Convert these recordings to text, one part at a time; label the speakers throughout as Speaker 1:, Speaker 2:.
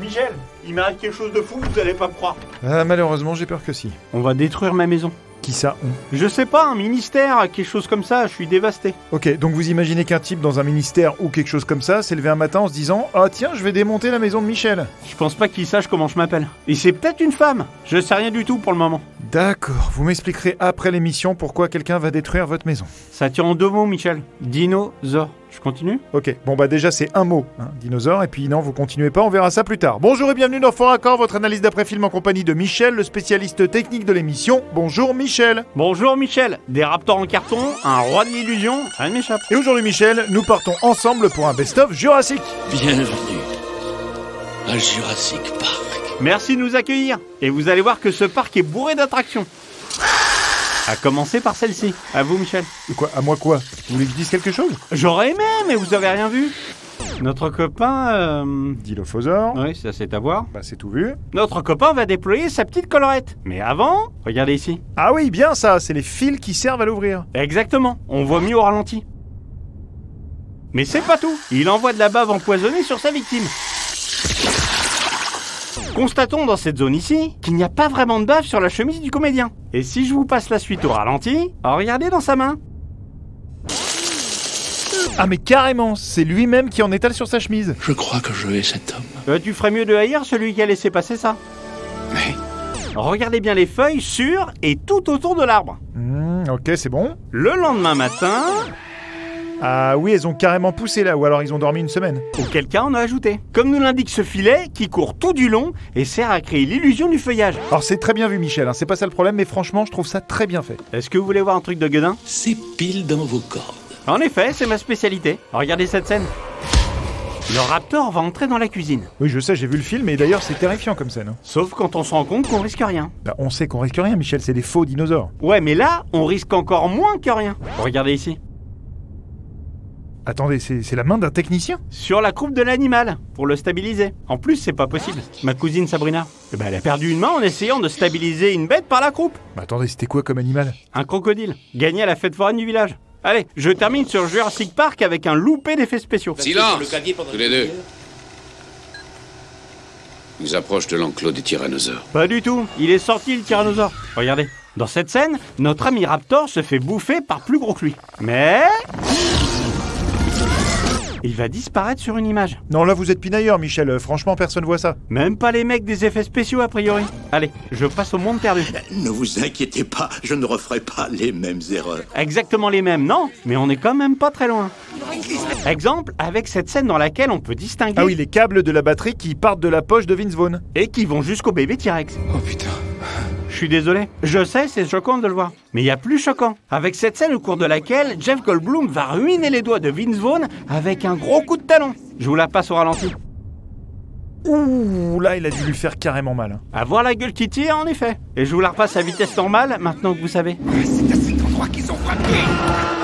Speaker 1: Michel, il m'arrive quelque chose de fou, vous allez pas me croire.
Speaker 2: Ah, malheureusement, j'ai peur que si.
Speaker 1: On va détruire ma maison.
Speaker 2: Qui ça on
Speaker 1: Je sais pas, un ministère, quelque chose comme ça, je suis dévasté.
Speaker 2: Ok, donc vous imaginez qu'un type dans un ministère ou quelque chose comme ça s'est levé un matin en se disant Ah tiens, je vais démonter la maison de Michel.
Speaker 1: Je pense pas qu'il sache comment je m'appelle. Et c'est peut-être une femme. Je sais rien du tout pour le moment.
Speaker 2: D'accord, vous m'expliquerez après l'émission pourquoi quelqu'un va détruire votre maison.
Speaker 1: Ça tient en deux mots, Michel. Dinosaure. Je continue
Speaker 2: Ok, bon bah déjà c'est un mot, hein, dinosaure, et puis non, vous continuez pas, on verra ça plus tard. Bonjour et bienvenue dans Fort Accord, votre analyse d'après-film en compagnie de Michel, le spécialiste technique de l'émission. Bonjour Michel
Speaker 1: Bonjour Michel, des raptors en carton, un roi de l'illusion, rien ne m'échappe.
Speaker 2: Et aujourd'hui Michel, nous partons ensemble pour un best-of jurassique
Speaker 3: Bienvenue à Jurassic Park.
Speaker 1: Merci de nous accueillir. Et vous allez voir que ce parc est bourré d'attractions. À commencer par celle-ci. À vous Michel.
Speaker 2: Quoi, à moi quoi Vous voulez que je dise quelque chose
Speaker 1: J'aurais aimé, mais vous avez rien vu. Notre copain... euh,
Speaker 2: Dilophosaure,
Speaker 1: Oui, ça c'est à voir.
Speaker 2: bah c'est tout vu.
Speaker 1: Notre copain va déployer sa petite collerette. Mais avant, regardez ici.
Speaker 2: Ah oui, bien ça, c'est les fils qui servent à l'ouvrir.
Speaker 1: Exactement, on voit mieux au ralenti. Mais c'est pas tout, il envoie de la bave empoisonnée sur sa victime. Constatons dans cette zone ici qu'il n'y a pas vraiment de bave sur la chemise du comédien. Et si je vous passe la suite au ralenti, oh, regardez dans sa main.
Speaker 2: Ah mais carrément, c'est lui-même qui en étale sur sa chemise.
Speaker 3: Je crois que je hais cet homme.
Speaker 1: Euh, tu ferais mieux de haïr celui qui a laissé passer ça.
Speaker 3: Oui.
Speaker 1: Regardez bien les feuilles sur et tout autour de l'arbre.
Speaker 2: Hmm, ok, c'est bon.
Speaker 1: Le lendemain matin,
Speaker 2: Ah oui, elles ont carrément poussé là, ou alors ils ont dormi une semaine.
Speaker 1: auquel cas on a ajouté. Comme nous l'indique ce filet qui court tout du long et sert à créer l'illusion du feuillage.
Speaker 2: Alors c'est très bien vu Michel, hein, c'est pas ça le problème, mais franchement je trouve ça très bien fait.
Speaker 1: Est-ce que vous voulez voir un truc de gueudin
Speaker 3: C'est pile dans vos cordes.
Speaker 1: En effet, c'est ma spécialité. Regardez cette scène. Le raptor va entrer dans la cuisine.
Speaker 2: Oui je sais, j'ai vu le film, et d'ailleurs c'est terrifiant comme scène. hein.
Speaker 1: Sauf quand on se rend compte qu'on risque rien.
Speaker 2: Bah, on sait qu'on risque rien Michel, c'est des faux dinosaures.
Speaker 1: Ouais, mais là, on risque encore moins que rien. Regardez ici.
Speaker 2: Attendez, c'est c'est la main d'un technicien
Speaker 1: Sur la croupe de l'animal, pour le stabiliser. En plus, c'est pas possible. Ma cousine Sabrina, eh ben, elle a perdu une main en essayant de stabiliser une bête par la croupe.
Speaker 2: Bah attendez, c'était quoi comme animal
Speaker 1: Un crocodile, gagné à la fête foraine du village. Allez, je termine sur Jurassic Park avec un loupé d'effets spéciaux.
Speaker 4: Silence Tous les deux.
Speaker 3: demi-heure.
Speaker 4: Ils approchent de l'enclos des tyrannosaures.
Speaker 1: Pas du tout, il est sorti le tyrannosaure. Regardez, dans cette scène, notre ami Raptor se fait bouffer par plus gros que lui. Mais... Il va disparaître sur une image.
Speaker 2: Non là vous êtes pinailleur Michel, euh, franchement personne voit ça.
Speaker 1: Même pas les mecs des effets spéciaux a priori. Allez, je passe au monde perdu.
Speaker 5: Ne vous inquiétez pas, je ne referai pas les mêmes erreurs.
Speaker 1: Exactement les mêmes, non Mais on est quand même pas très loin. Exemple avec cette scène dans laquelle on peut distinguer
Speaker 2: Ah oui, les câbles de la batterie qui partent de la poche de Vince Vaughn.
Speaker 1: et qui vont jusqu'au bébé T-Rex.
Speaker 3: Oh putain.
Speaker 1: Je suis désolé. Je sais, c'est choquant de le voir. Mais il y a plus choquant. Avec cette scène au cours de laquelle Jeff Goldblum va ruiner les doigts de Vince Vaughn avec un gros coup de talon. Je vous la passe au ralenti.
Speaker 2: Ouh là il a dû lui faire carrément mal. hein.
Speaker 1: Avoir la gueule qui tire, en effet. Et je vous la repasse à vitesse normale maintenant que vous savez.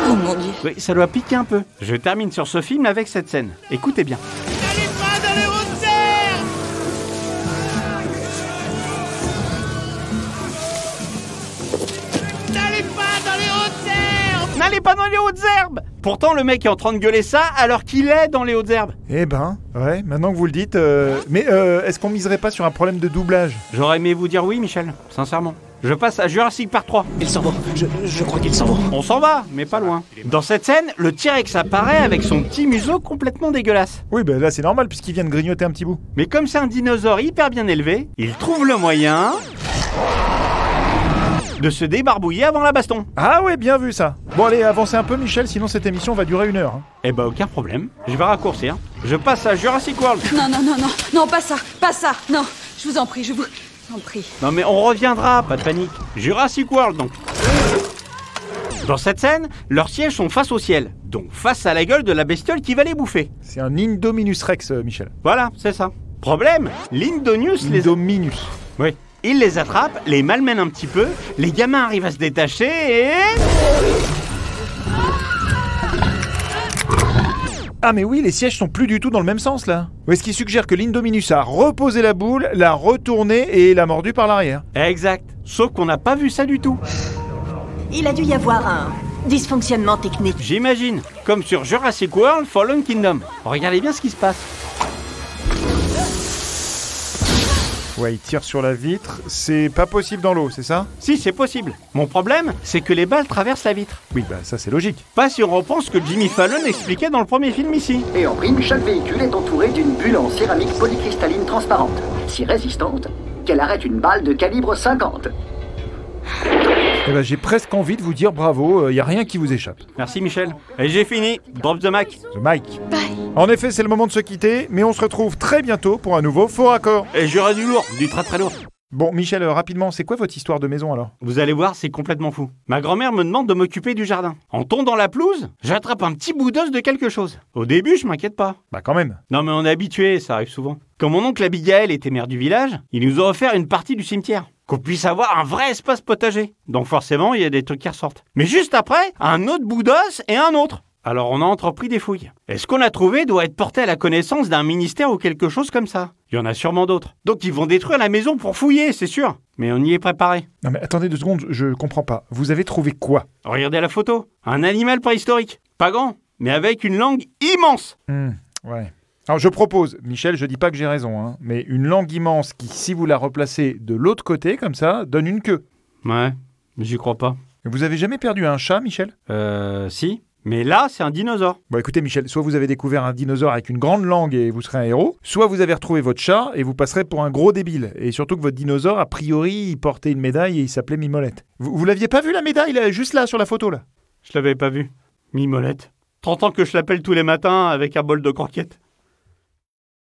Speaker 6: Oh mon dieu.
Speaker 1: Oui, ça doit piquer un peu. Je termine sur ce film avec cette scène. Écoutez bien. N'allez pas dans les hautes herbes Pourtant, le mec est en train de gueuler ça alors qu'il est dans les hautes herbes.
Speaker 2: Eh ben, ouais, maintenant que vous le dites, euh, mais euh, est-ce qu'on miserait pas sur un problème de doublage
Speaker 1: J'aurais aimé vous dire oui, Michel, sincèrement. Je passe à Jurassic Park 3.
Speaker 3: Il s'en va. Je, je crois qu'il s'en va.
Speaker 1: On s'en va, mais pas loin. Dans cette scène, le T-Rex apparaît avec son petit museau complètement dégueulasse.
Speaker 2: Oui, ben là c'est normal puisqu'il vient de grignoter un petit bout.
Speaker 1: Mais comme c'est un dinosaure hyper bien élevé, il trouve le moyen de se débarbouiller avant la baston.
Speaker 2: Ah ouais, bien vu ça. Bon allez, avancez un peu Michel, sinon cette émission va durer une heure. hein.
Speaker 1: Eh ben aucun problème, je vais raccourcir. Je passe à Jurassic World.
Speaker 6: Non, non, non, non, non, pas ça, pas ça, non. Je vous en prie, je vous en prie.
Speaker 1: Non mais on reviendra, pas de panique. Jurassic World donc. Dans cette scène, leurs sièges sont face au ciel, donc face à la gueule de la bestiole qui va les bouffer.
Speaker 2: C'est un Indominus Rex, euh, Michel.
Speaker 1: Voilà, c'est ça. Problème, l'Indonius les
Speaker 2: Indominus.
Speaker 1: Oui. Il les attrape, les malmène un petit peu, les gamins arrivent à se détacher et...
Speaker 2: Ah mais oui, les sièges sont plus du tout dans le même sens là. Oui, ce qui suggère que l'Indominus a reposé la boule, l'a retournée et l'a mordue par l'arrière.
Speaker 1: Exact. Sauf qu'on n'a pas vu ça du tout.
Speaker 7: Il a dû y avoir un dysfonctionnement technique.
Speaker 1: J'imagine. Comme sur Jurassic World Fallen Kingdom. Regardez bien ce qui se passe.
Speaker 2: Ouais, il tire sur la vitre. C'est pas possible dans l'eau, c'est ça
Speaker 1: Si, c'est possible. Mon problème, c'est que les balles traversent la vitre.
Speaker 2: Oui, bah ça c'est logique.
Speaker 1: Pas si on reprend ce que Jimmy Fallon expliquait dans le premier film ici.
Speaker 8: Et en prime, chaque véhicule est entouré d'une bulle en céramique polycristalline transparente, si résistante qu'elle arrête une balle de calibre 50.
Speaker 2: Eh ben j'ai presque envie de vous dire bravo, il y a rien qui vous échappe.
Speaker 1: Merci Michel. Et j'ai fini. Drop the Mac.
Speaker 2: The Mike. En effet, c'est le moment de se quitter, mais on se retrouve très bientôt pour un nouveau faux raccord.
Speaker 1: Et j'aurai du lourd, du très très lourd.
Speaker 2: Bon, Michel, euh, rapidement, c'est quoi votre histoire de maison alors
Speaker 1: Vous allez voir, c'est complètement fou. Ma grand-mère me demande de m'occuper du jardin. En tondant la pelouse, j'attrape un petit bout d'os de quelque chose. Au début, je m'inquiète pas.
Speaker 2: Bah quand même.
Speaker 1: Non mais on est habitué, ça arrive souvent. Quand mon oncle Abigail était maire du village, il nous a offert une partie du cimetière. Qu'on puisse avoir un vrai espace potager. Donc forcément, il y a des trucs qui ressortent. Mais juste après, un autre bout d'os et un autre. Alors on a entrepris des fouilles. Et ce qu'on a trouvé doit être porté à la connaissance d'un ministère ou quelque chose comme ça. Il y en a sûrement d'autres. Donc ils vont détruire la maison pour fouiller, c'est sûr. Mais on y est préparé.
Speaker 2: Non mais attendez deux secondes, je comprends pas. Vous avez trouvé quoi
Speaker 1: Regardez la photo. Un animal préhistorique. Pas grand, mais avec une langue immense.
Speaker 2: Hmm, ouais. Alors je propose, Michel, je dis pas que j'ai raison, hein, mais une langue immense qui, si vous la replacez de l'autre côté comme ça, donne une queue.
Speaker 1: Ouais, mais j'y crois pas.
Speaker 2: Vous avez jamais perdu un chat, Michel
Speaker 1: Euh, si. Mais là, c'est un dinosaure.
Speaker 2: Bon écoutez Michel, soit vous avez découvert un dinosaure avec une grande langue et vous serez un héros, soit vous avez retrouvé votre chat et vous passerez pour un gros débile. Et surtout que votre dinosaure, a priori, il portait une médaille et il s'appelait Mimolette. Vous, vous l'aviez pas vu la médaille, là, juste là, sur la photo, là
Speaker 1: Je l'avais pas vu. Mimolette. 30 ans que je l'appelle tous les matins avec un bol de croquettes.